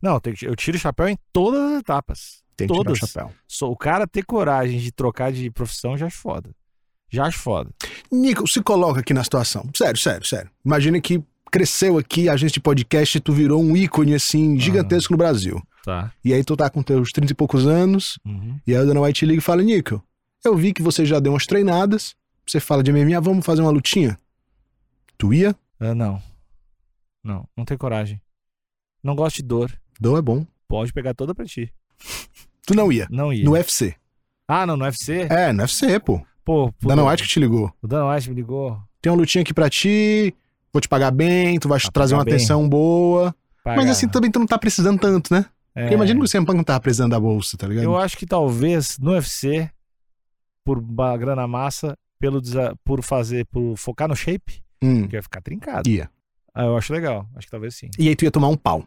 Não, tem que- eu tiro o chapéu em todas as etapas.
tem que
Todas.
tirar o chapéu.
Só o cara ter coragem de trocar de profissão já acho foda. Já acho foda.
Nico, se coloca aqui na situação. Sério, sério, sério. Imagina que cresceu aqui, a gente de podcast, tu virou um ícone, assim,
Ah.
gigantesco no Brasil.
Tá.
E aí tu tá com teus 30 e poucos anos,
Uhum.
e aí o Dana White te liga e fala, Nico, eu vi que você já deu umas treinadas, você fala de MMA, vamos fazer uma lutinha? Tu ia?
Ah, não. Não, não tem coragem. Não gosto de dor.
Dou é bom.
Pode pegar toda pra ti.
Tu não é- ia.
Não ia.
No UFC.
Ah, não, no UFC?
É, no UFC, pô.
Pô, pô,
Dana White que te ligou.
O Dana White me ligou.
Tem uma lutinha aqui pra ti, vou te pagar bem, tu vai
Vai
trazer uma
pagar bem.
atenção boa. Mas
Paga.
assim, também tu não tá precisando tanto, né? Porque
É.
imagina que o CM Punk não tava precisando da bolsa, tá ligado?
Eu acho que talvez no UFC, por ba- grana massa, pelo desa- por fazer, por focar no shape,
Hum.
que ia ficar trincado.
Ia.
Ah, eu acho legal. Acho que talvez sim.
E aí tu ia tomar um pau.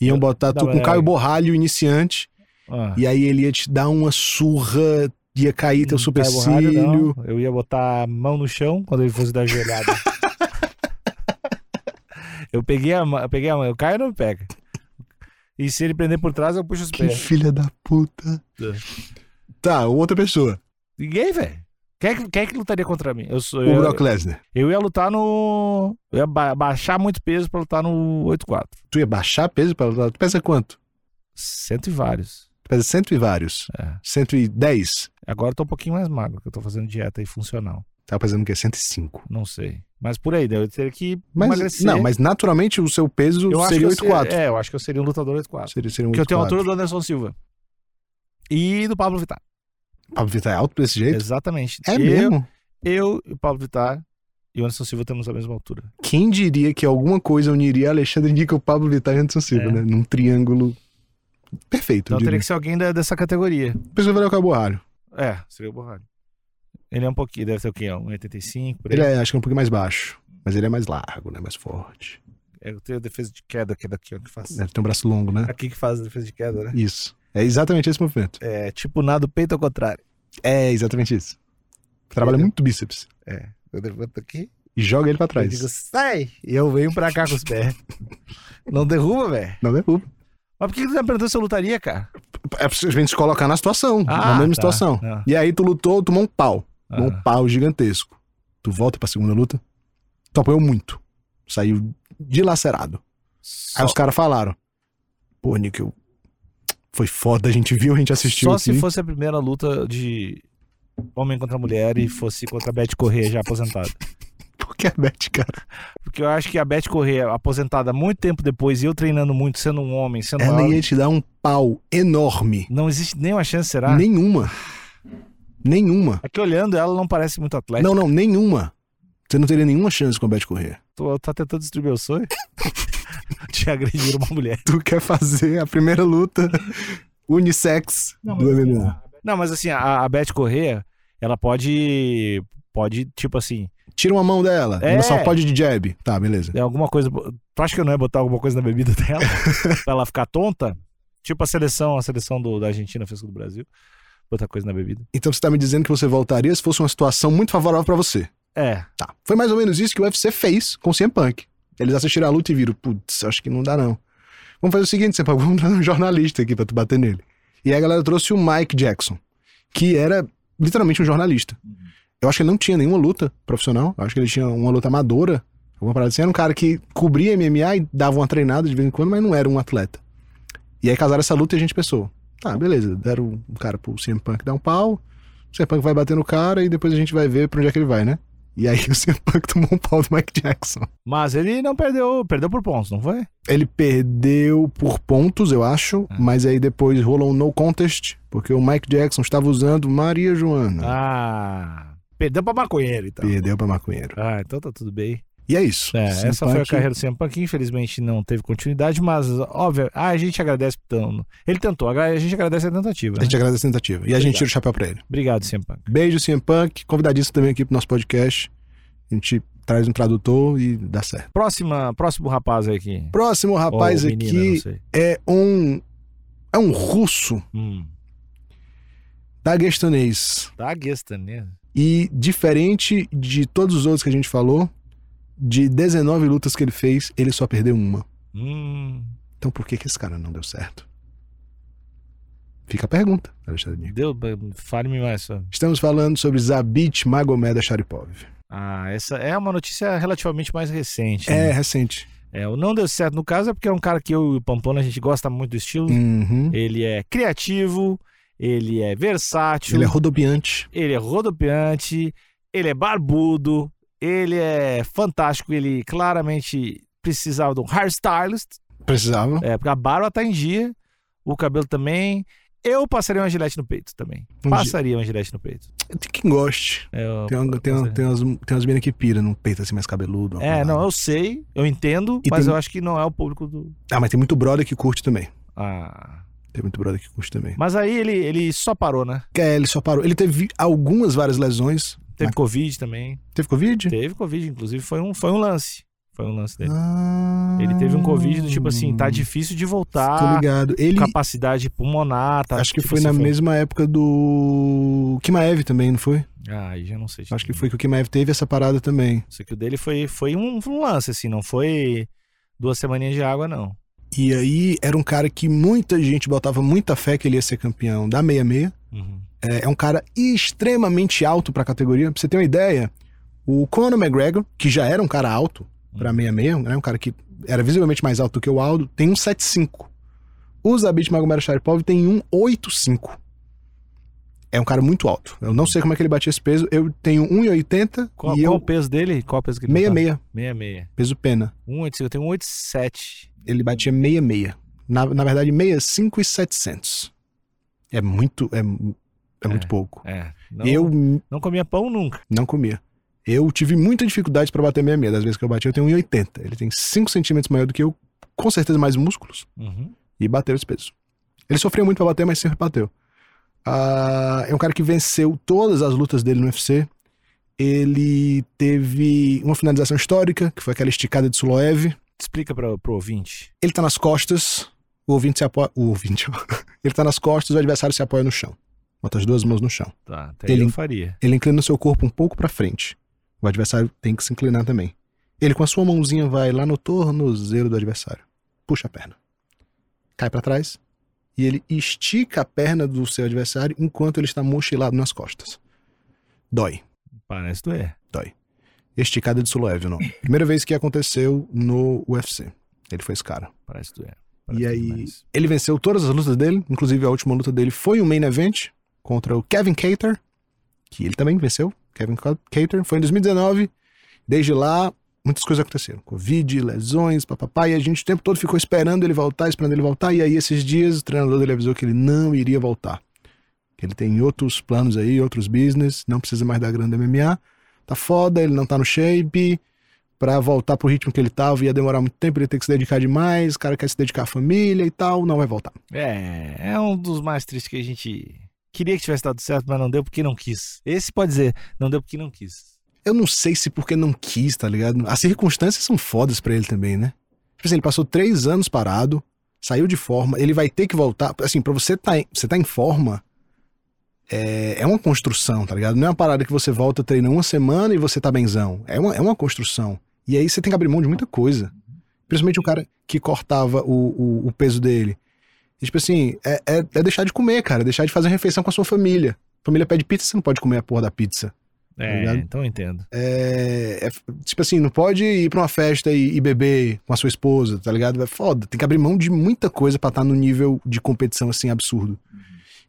Iam botar tu
Não,
com
é-
Caio Borralho, iniciante,
Ah,
e aí ele ia te dar uma surra, ia cair teu
não tá borrado,
supercílio.
não. Eu ia botar a mão no chão quando ele fosse dar joelhada.
*laughs*
eu peguei a mão, eu peguei a mão, eu caio ou não pega? E se ele prender por trás, eu puxo os
Que
pés.
filha da puta.
É.
Tá, outra pessoa.
Ninguém, velho. Quem, é que- quem é que lutaria contra mim? Eu sou
O
eu,
Brock Lesnar.
eu ia lutar no. Eu ia ba- baixar muito peso pra lutar no 8-4.
Tu ia baixar peso pra lutar? Tu pesa quanto?
Cento e vários.
Tu pesa cento e vários.
É.
Cento e dez?
Agora eu tô um pouquinho mais magro, que eu tô fazendo dieta aí funcional.
Tava Tá pesando o quê? Cento e cinco.
Não sei. Mas por aí, daí eu teria que
Mas,
emagrecer.
não, mas naturalmente o seu peso
é eu acho
seria
que eu
8,4.
ser- É, eu acho que eu seria um lutador 8-4.
Seria, seria um
Porque eu tenho a
8,4.
altura do Anderson Silva. E do Pablo Vittar.
Pablo Vittar é alto desse jeito?
Exatamente.
É
eu,
mesmo?
Eu e o Pablo Vittar e o Anderson Silva temos a mesma altura.
Quem diria que alguma coisa uniria Alexandre Nico, Pablo Vittar e Anderson Silva,
É.
né? Num triângulo perfeito.
Então
eu diria.
teria que ser alguém da- dessa categoria.
Pensa que vai o Caborralho.
É, seria o Borralho. Ele é um pouquinho, deve ser o quê? Um 85, por aí.
Ele é, acho que é um pouquinho mais baixo. Mas ele é mais largo, né? Mais forte.
É, Eu tenho a defesa de queda, que é daqui ó, que faz.
Deve ter um braço longo, né?
Aqui que faz a defesa de queda, né?
Isso. É exatamente esse movimento.
É tipo nada do peito ao contrário.
É exatamente isso. Trabalha muito bíceps.
Eu levanto aqui,
E joga ele pra
eu
trás.
digo, sai! E eu venho pra cá com os pés. Não derruba, velho.
Não derruba.
Mas por que que tu me perguntou se eu lutaria, cara?
É pra gente se colocar na situação.
Ah,
na mesma
tá.
situação.
Ah.
E aí tu lutou, tomou um pau. Tomou
Ah.
um pau gigantesco. Tu volta pra segunda luta. Tu apanhou muito. Saiu dilacerado. Aí
Só,
os caras falaram. Pô, Nico, eu- foi foda, a gente viu, a gente assistiu assim.
só
aqui.
se fosse a primeira luta de homem contra mulher e fosse contra a Beth Corrêa já aposentada.
Porque é bet, cara.
Porque eu acho que a Beth Corrêa aposentada muito tempo depois e eu treinando muito, sendo um homem, sendo
Ela
maior,
ia te dar um pau enorme.
não existe nenhuma chance, será?
Nenhuma. Nenhuma.
Aqui olhando, ela não parece muito atlética.
Não, não, nenhuma. Você não teria nenhuma chance com a Beth Corrêa.
Tu tá tentando destruir meu sonho? *laughs* de agredir uma mulher.
*laughs* Tu quer fazer a primeira *laughs* luta é. unissex do MMA.
Não, mas assim, a, a Beth Corrêa, ela pode. Pode, tipo assim,
Tira uma mão dela.
É.
Ela só pode de jab. Tá, beleza.
é alguma coisa. Tu acha que eu não ia botar alguma coisa na bebida *laughs* dela? pra ela ficar tonta? Tipo a seleção, a seleção do- da Argentina fez com o do Brasil. Botar coisa na bebida.
Então você tá me dizendo que você voltaria se fosse uma situação muito favorável pra você.
É.
Tá. Foi mais ou menos isso que o UFC fez com o CM Punk. Eles assistiram a luta e viram, putz, acho que não dá não. Vamos fazer o seguinte, CM Punk, *laughs* vamos dar um jornalista aqui pra tu bater nele. E aí a galera trouxe o Mike Jackson, que era literalmente um jornalista. Eu acho que ele não tinha nenhuma luta profissional, eu acho que ele tinha uma luta amadora. Alguma parada assim. Era um cara que cobria MMA e dava uma treinada de vez em quando, mas não era um atleta. E aí casaram essa luta e a gente pensou: tá, beleza, deram um cara pro CM Punk dar um pau, o CM Punk vai bater no cara e depois a gente vai ver pra onde é que ele vai, né? E aí o CM Punk tomou um pau do Mike Jackson.
Mas ele não perdeu, perdeu por pontos, não foi?
Ele perdeu por pontos, eu acho,
É.
mas aí depois rolou um no contest, porque o Mike Jackson estava usando Maria Joana.
Ah, perdeu pra maconheiro, então.
Perdeu pra maconheiro.
Ah, então tá tudo bem.
E é isso.
É,
CM
essa foi a
Punk-
carreira do CM Punk, infelizmente não teve continuidade, mas óbvio, ah, a gente agradece então, ele tentou, agra- a gente agradece a tentativa.
A gente
né?
agradece a tentativa. E a gente tira o chapéu pra ele.
Obrigado, CM Punk.
Beijo, CM Punk. Convidadíssimo também aqui pro nosso podcast. A gente traz um tradutor e dá certo.
Próxima, próximo rapaz aí aqui.
Próximo rapaz
Ou menina, não
aqui
sei.
é um. É um russo
Hum, tá
daguestanês.
daguestanês.
E diferente de todos os outros que a gente falou, de 19 lutas que ele fez, ele só perdeu uma.
Hum,
Então por que, que esse cara não deu certo? Fica a pergunta, Alexandre Nico.
deu, fale-me mais. só.
Estamos falando sobre Zabit Magomeda Sharipov.
Ah, essa é uma notícia relativamente mais recente.
É,
né?
recente.
É, o não deu certo no caso é porque é um cara que eu e o Pampona a gente gosta muito do estilo.
Uhum.
Ele é criativo, ele é versátil,
Ele é rodopiante.
ele é rodopiante, ele é barbudo, ele é fantástico, ele claramente precisava de um hairstylist,
Precisava.
é, porque a barba tá em dia, o cabelo também. Eu passaria uma gilete no peito também.
Um
passaria uma gilete no peito. É,
Tem quem goste.
Eu-
Tem, uma- tem, um, uma- tem umas, tem umas meninas que pira num peito assim mais cabeludo. uma
é,
parada.
não, eu sei, eu entendo,
E
mas
tem-
eu acho que não é o público do.
Ah, mas tem muito brother que curte também.
Ah.
Tem muito brother que curte também.
Mas aí ele, ele só parou, né?
É, ele só parou. Ele teve algumas várias lesões.
Teve Covid também.
Teve Covid?
Teve Covid, inclusive, foi um, foi um lance. Foi um lance dele.
Ah,
Ele teve um Covid do tipo assim, tá difícil de tá
Tô
voltar,
ligado. Ele.
capacidade pulmonar, tá?
acho que
tipo
foi
assim,
na mesma época do Kimaev também, não foi?
Ah, aí já não sei.
Acho que foi que o Kimaev teve essa parada também.
Isso que o dele foi, foi um, um lance, assim, não foi duas semaninhas de água, não.
E aí era um cara que muita gente botava muita fé que ele ia ser campeão da 66.
Uhum.
É, é um cara extremamente alto pra categoria. Pra você ter uma ideia, o Conor McGregor, que já era um cara alto pra
Uhum.
66, né, um cara que era visivelmente mais alto do que o Aldo, tem um 75. O Zabit Magomed Sharipov tem um 85. É um cara muito alto. Eu não sei como é que ele batia esse peso. Eu tenho 1,80
Qual, qual
e eu
o peso dele? Qual o peso que ele
66,
tá? 66.
peso pena.
185, eu tenho 187.
Ele batia 66. Na, na verdade, 65 e 700. É muito, é, é muito
É.
pouco.
É. Não,
Eu
não comia pão nunca.
Não comia. Eu tive muita dificuldade pra bater 66. Das vezes que eu bati, eu tenho 1,80. Ele tem 5 centímetros maior do que eu, com certeza mais músculos,
Uhum.
e bateu esse peso. Ele sofreu muito pra bater, mas sempre bateu. Ah, é um cara que venceu todas as lutas dele no UFC. Ele teve uma finalização histórica, que foi aquela esticada de Suloev.
Explica pra, pro ouvinte.
Ele tá nas costas, o ouvinte se apoia. O ouvinte, *laughs* ó. Ele tá nas costas, o adversário se apoia no chão. Bota as duas mãos no chão.
Tá, até ele...
Ele-
eu faria.
Ele inclina o seu corpo um pouco pra frente. O adversário tem que se inclinar também. Ele com a sua mãozinha vai lá no tornozelo do adversário. Puxa a perna. Cai pra trás e ele estica a perna do seu adversário enquanto ele está mochilado nas costas. Dói.
Parece é. doer.
Esticada de Suloev, não. Primeira vez que aconteceu no UFC. Ele foi esse cara.
Parece doer.
E
Parece
aí,
demais.
ele venceu todas as lutas dele, inclusive a última luta dele foi um main event contra o Kevin Cater, que ele também venceu. Kevin Ca- Cater foi em 2019. Desde lá, muitas coisas aconteceram. Covid, lesões, papapá, e a gente o tempo todo ficou esperando ele voltar, esperando ele voltar, e aí esses dias o treinador dele avisou que ele não iria voltar. Que ele tem outros planos aí, outros business, não precisa mais da grande MMA. Tá foda, ele não tá no shape, Pra voltar pro ritmo que ele tava, ia demorar muito tempo, ele ia ter que se dedicar demais, o cara quer se dedicar à família e tal, não vai voltar.
É, é um dos mais tristes que a gente queria que tivesse dado certo, mas não deu porque não quis. Esse pode dizer, não deu porque não quis.
Eu não sei se porque não quis, tá ligado? As circunstâncias são fodas pra ele também, né? Tipo assim, ele passou três anos parado, saiu de forma, ele vai ter que voltar. Assim, pra você tá em, você tá em forma, é, é uma construção, tá ligado? Não é uma parada que você volta, treina uma semana e você tá benzão. É uma, é uma construção. E aí você tem que abrir mão de muita coisa. Principalmente o cara que cortava o, o, o peso dele. E, tipo assim, é, é, é deixar de comer, cara. é Deixar de fazer refeição com a sua família. Família pede pizza, você não pode comer a porra da pizza.
É,
ligado?
então eu entendo.
É, é f- tipo assim, não pode ir pra uma festa e, e beber com a sua esposa, tá ligado? É foda. Tem que abrir mão de muita coisa pra estar no nível de competição assim absurdo.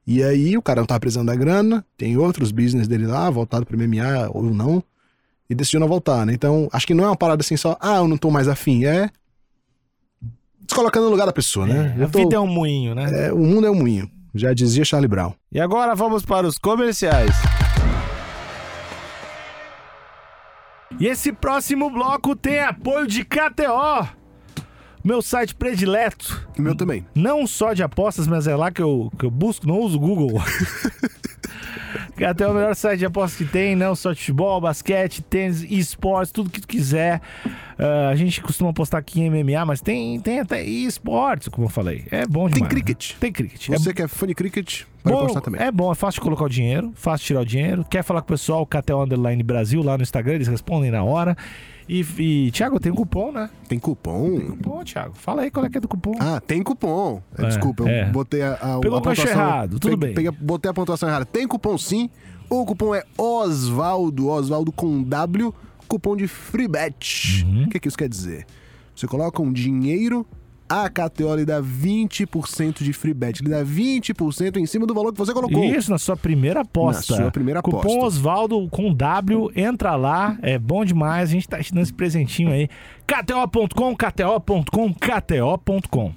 E aí o cara não tava precisando da grana, tem outros business dele lá, voltado pro MMA ou não, e decidiu não voltar, né? Então, acho que não é uma parada assim só, ah, eu não tô mais afim, é. Descolocando no lugar da pessoa, né?
É, a
Eu tô-
vida é um moinho, né?
é, o mundo é um moinho, já dizia Charlie Brown.
E agora vamos para os comerciais. E esse próximo bloco tem apoio de KTO, meu site predileto.
O meu também.
Não só de apostas, mas é lá que eu, que eu busco, não uso o
*laughs*
Google. KTO é o melhor site de apostas que tem, não só de futebol, basquete, tênis, esportes, tudo que tu quiser. Ah, a gente costuma apostar aqui em MMA, mas tem, tem até esportes, como eu falei. É bom demais.
Tem
né?
cricket.
Tem cricket. É
Você que é fã de cricket, pode
Bom,
postar também.
É bom, é fácil de colocar o dinheiro, fácil de tirar o dinheiro. Quer falar com o pessoal, KTO Underline Brasil lá no Instagram, eles respondem na hora. E, e Thiago, tem um cupom, né?
Tem cupom?
Cupom, Thiago. Fala aí qual é que é do cupom.
Ah, tem cupom.
É,
Desculpa, eu
é.
botei a, a,
Pegou
a
o gancho errado, tudo
peguei-
bem.
peguei- botei a pontuação errada. Tem cupom sim. O cupom é Osvaldo, Osvaldo com W, cupom de free bet.
Uhum.
O que, que isso quer dizer? Você coloca um dinheiro, a KTO lhe dá 20% de free bet. Ele dá 20% em cima do valor que você colocou.
Isso, na sua primeira aposta.
Na sua primeira
Cupom
aposta.
Osvaldo com W, entra lá, é bom demais. A gente tá te dando esse presentinho aí. KTO.com, KTO.com, KTO.com.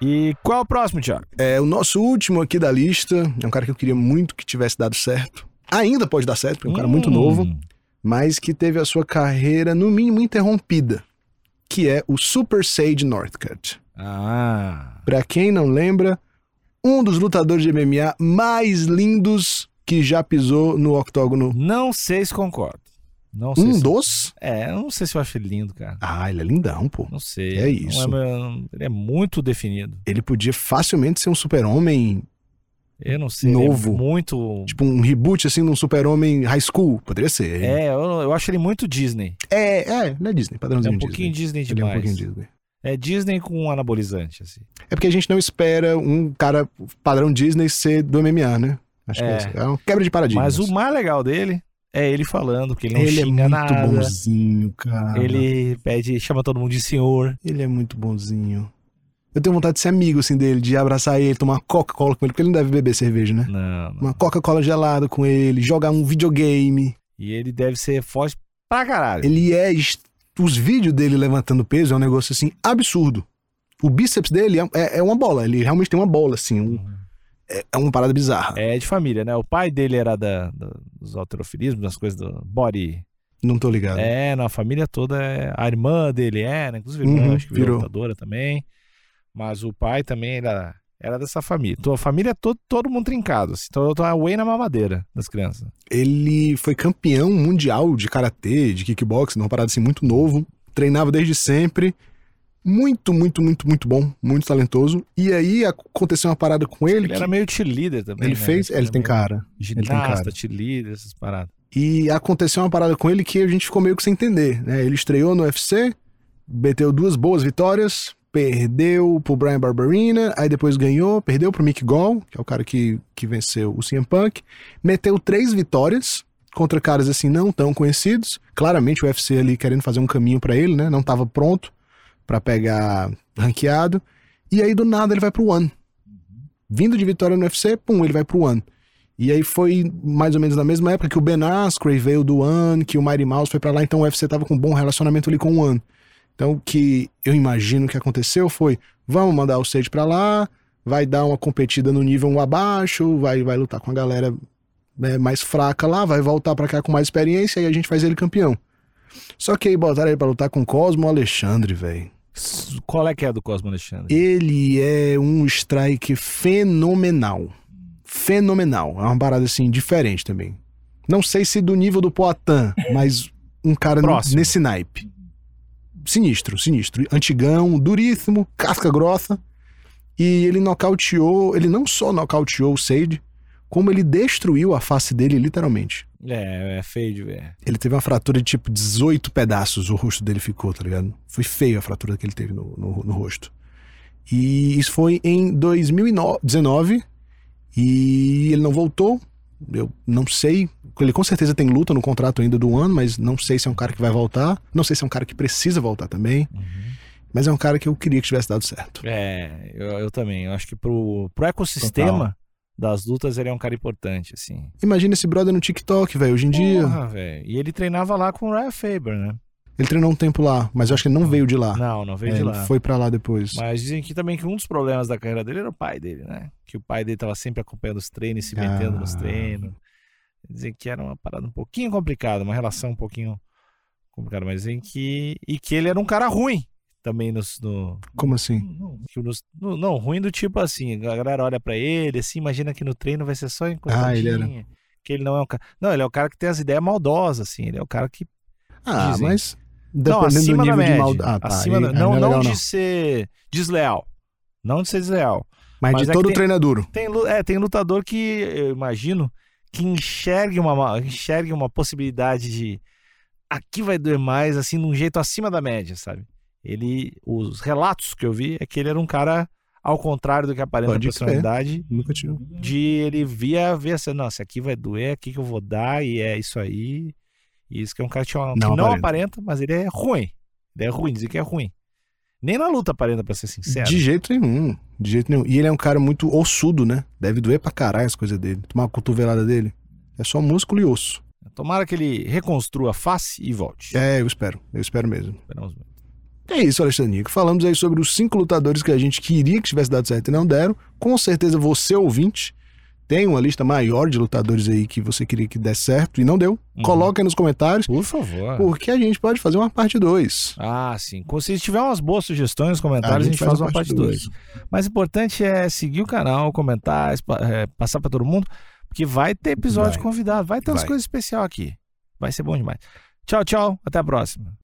E qual é o próximo, Thiago?
É, o nosso último aqui da lista é um cara que eu queria muito que tivesse dado certo. Ainda pode dar certo, porque é um cara muito
Hum,
novo. mas que teve a sua carreira, no mínimo, interrompida, que é o Super Sage Northcutt.
Ah.
Pra quem não lembra, um dos lutadores de MMA mais lindos que já pisou no octógono.
Não sei se concordo. Não sei
Um
se...
dos?
É, eu não sei se eu acho ele lindo, cara.
Ah, ele é lindão, pô.
Não sei.
É
Não
isso.
meu- Ele é muito definido.
Ele podia facilmente ser um super-homem,
Eu não sei.
Novo.
Ele é muito.
tipo um reboot assim num super-homem high school. Poderia ser.
É, eu, eu acho ele muito Disney.
é, é, não é Disney,
É
padrãozinho
um pouquinho
Disney.
Disney,
Ele é um
demais.
pouquinho Disney.
É Disney com um anabolizante, assim.
É porque a gente não espera um cara padrão Disney ser do MMA, né? Acho
É.
que é, essa. é uma quebra de paradigma.
Mas o mais legal dele é ele falando, que ele não
é
xinga nada.
bonzinho, cara.
Ele pede, chama todo mundo de senhor.
Ele é muito bonzinho. Eu tenho vontade de ser amigo, assim, dele, de abraçar ele, tomar Coca-Cola com ele, porque ele não deve beber cerveja, né?
Não, não.
Uma Coca-Cola gelada com ele, jogar um videogame.
E ele deve ser forte pra caralho.
Ele é. est- Os vídeos dele levantando peso é um negócio, assim, absurdo. O bíceps dele é, é- é uma bola. Ele realmente tem uma bola, assim. um- é, é uma parada bizarra.
É de família, né? O pai dele era da, da- dos alterofilismos, das coisas do body.
Não tô ligado.
É, na família toda. é- A irmã dele era, inclusive,
Uhum,
irmã, acho que virou,
virou.
lutadora também. Mas o pai também era, era dessa família. Então, a família é todo, todo mundo trincado. Assim. Então, eu tô away na mamadeira das crianças.
Ele foi campeão mundial de karatê, de kickboxing, uma parada assim muito novo. Treinava desde sempre. Muito, muito, muito, muito bom, muito talentoso. E aí aconteceu uma parada com ele,
Ele,
que
era meio cheerleader também.
ele
né?
fez.
Era
Ele tem
meio
cara. tem
Ginasta,
cara.
cheerleader, essas paradas.
E aconteceu uma parada com ele que a gente ficou meio que sem entender, né? Ele estreou no UFC, meteu duas boas vitórias, perdeu pro Brian Barberina, aí depois ganhou, perdeu pro Mick Gall, que é o cara que, que venceu o CM Punk, meteu três vitórias contra caras assim não tão conhecidos. Claramente o UFC ali querendo fazer um caminho pra ele, né? Não tava pronto pra pegar ranqueado. E aí do nada ele vai pro One. Vindo de vitória no UFC, pum, ele vai pro One. E aí foi mais ou menos na mesma época que o Ben Askren veio do One, que o Mighty Mouse foi pra lá, então o UFC tava com um bom relacionamento ali com o One. Então o que eu imagino que aconteceu foi, vamos mandar o Sage pra lá, vai dar uma competida no nível um abaixo, vai, vai lutar com a galera né, mais fraca lá, vai voltar pra cá com mais experiência e a gente faz ele campeão. Só que aí botaram ele pra lutar com o Cosmo Alexandre, velho.
S- Qual é que é do Cosmo Alexandre?
Ele é um strike fenomenal. Fenomenal. É uma parada assim, diferente também. Não sei se do nível do Poatan, mas um cara n-
Próximo.
nesse naipe. Sinistro, sinistro. Antigão, duríssimo, casca grossa. E ele nocauteou, ele não só nocauteou o Sage, como ele destruiu a face dele, literalmente.
É, é feio de ver.
Ele teve uma fratura de tipo 18 pedaços, o rosto dele ficou, tá ligado? Foi feio a fratura que ele teve no, no, no rosto. E isso foi em 2019. E ele não voltou. Eu não sei. Ele com certeza tem luta no contrato ainda do ano, mas não sei se é um cara que vai voltar. Não sei se é um cara que precisa voltar também.
Uhum.
Mas é um cara que eu queria que tivesse dado certo.
É, eu, eu também. Eu acho que pro, pro ecossistema das lutas ele é um cara importante, assim.
Imagina esse brother no TikTok, velho, hoje em Um dia.
Porra, velho. E ele treinava lá com o Ryan Faber, né?
Ele treinou um tempo lá, mas eu acho que ele não veio de lá.
Não, não veio
É,
de
ele
lá.
foi pra lá depois.
Mas dizem que também que um dos problemas da carreira dele era o pai dele, né? Que o pai dele tava sempre acompanhando os treinos, se metendo nos
Ah.
treinos. Dizem que era uma parada um pouquinho complicada, uma relação um pouquinho complicada, mas dizem que. E que ele era um cara ruim também nos, no,
Como assim?
que nos- no- Não, ruim do tipo assim, a galera olha pra ele, assim, imagina que no treino vai ser só
Ah, ele era.
encostadinha. Que ele não é um cara. Não, ele é o cara que tem as ideias maldosas, assim. Ele é o cara que.
Ah,
Dizem.
mas.
não,
Dependendo
acima
do
da
nível
média.
de maldade. Ah, tá.
acima
aí-
da-
aí
Não,
é
não,
legal,
de ser desleal. Não de ser desleal.
Mas,
mas
de
é
todo
que tem-
treino é duro.
Tem, lu- é, tem lutador que, eu imagino, que enxergue uma, ma- enxergue uma possibilidade de. Aqui vai doer mais, assim, de um jeito acima da média, sabe? Ele. Os relatos que eu vi é que ele era um cara, ao contrário do que aparenta a
Pode crer.
personalidade,
Nunca tive.
de ele via ver assim, não, esse aqui vai doer, é aqui que eu vou dar, e é isso aí. E isso que é um cara que tinha- que não,
Não
aparenta.
aparenta.
mas ele é ruim. Ele é ruim, dizem que é ruim. Nem na luta aparenta, pra ser sincero.
De jeito nenhum. De jeito nenhum. E ele é um cara muito ossudo, né? Deve doer pra caralho as coisas dele. Tomar uma cotovelada dele. É só músculo e osso.
Tomara que ele reconstrua a face e volte.
É, eu espero. Eu espero mesmo.
Esperamos muito.
É isso, Alexandre Nico. Falamos aí sobre os cinco lutadores que a gente queria que tivesse dado certo e não deram. Com certeza você, ouvinte, tem uma lista maior de lutadores aí que você queria que desse certo e não deu.
Uhum.
Coloca aí nos comentários,
Por favor.
porque a gente pode fazer uma parte 2.
Ah, sim. Co- Se tiver umas boas sugestões nos comentários, a gente, faz, uma parte 2. Mas o importante é seguir o canal, comentar, espa- é, passar pra todo mundo, porque vai ter episódio
Vai.
convidado, vai ter umas
Vai.
coisas especiais aqui. Vai ser bom demais. Tchau, tchau. Até a próxima.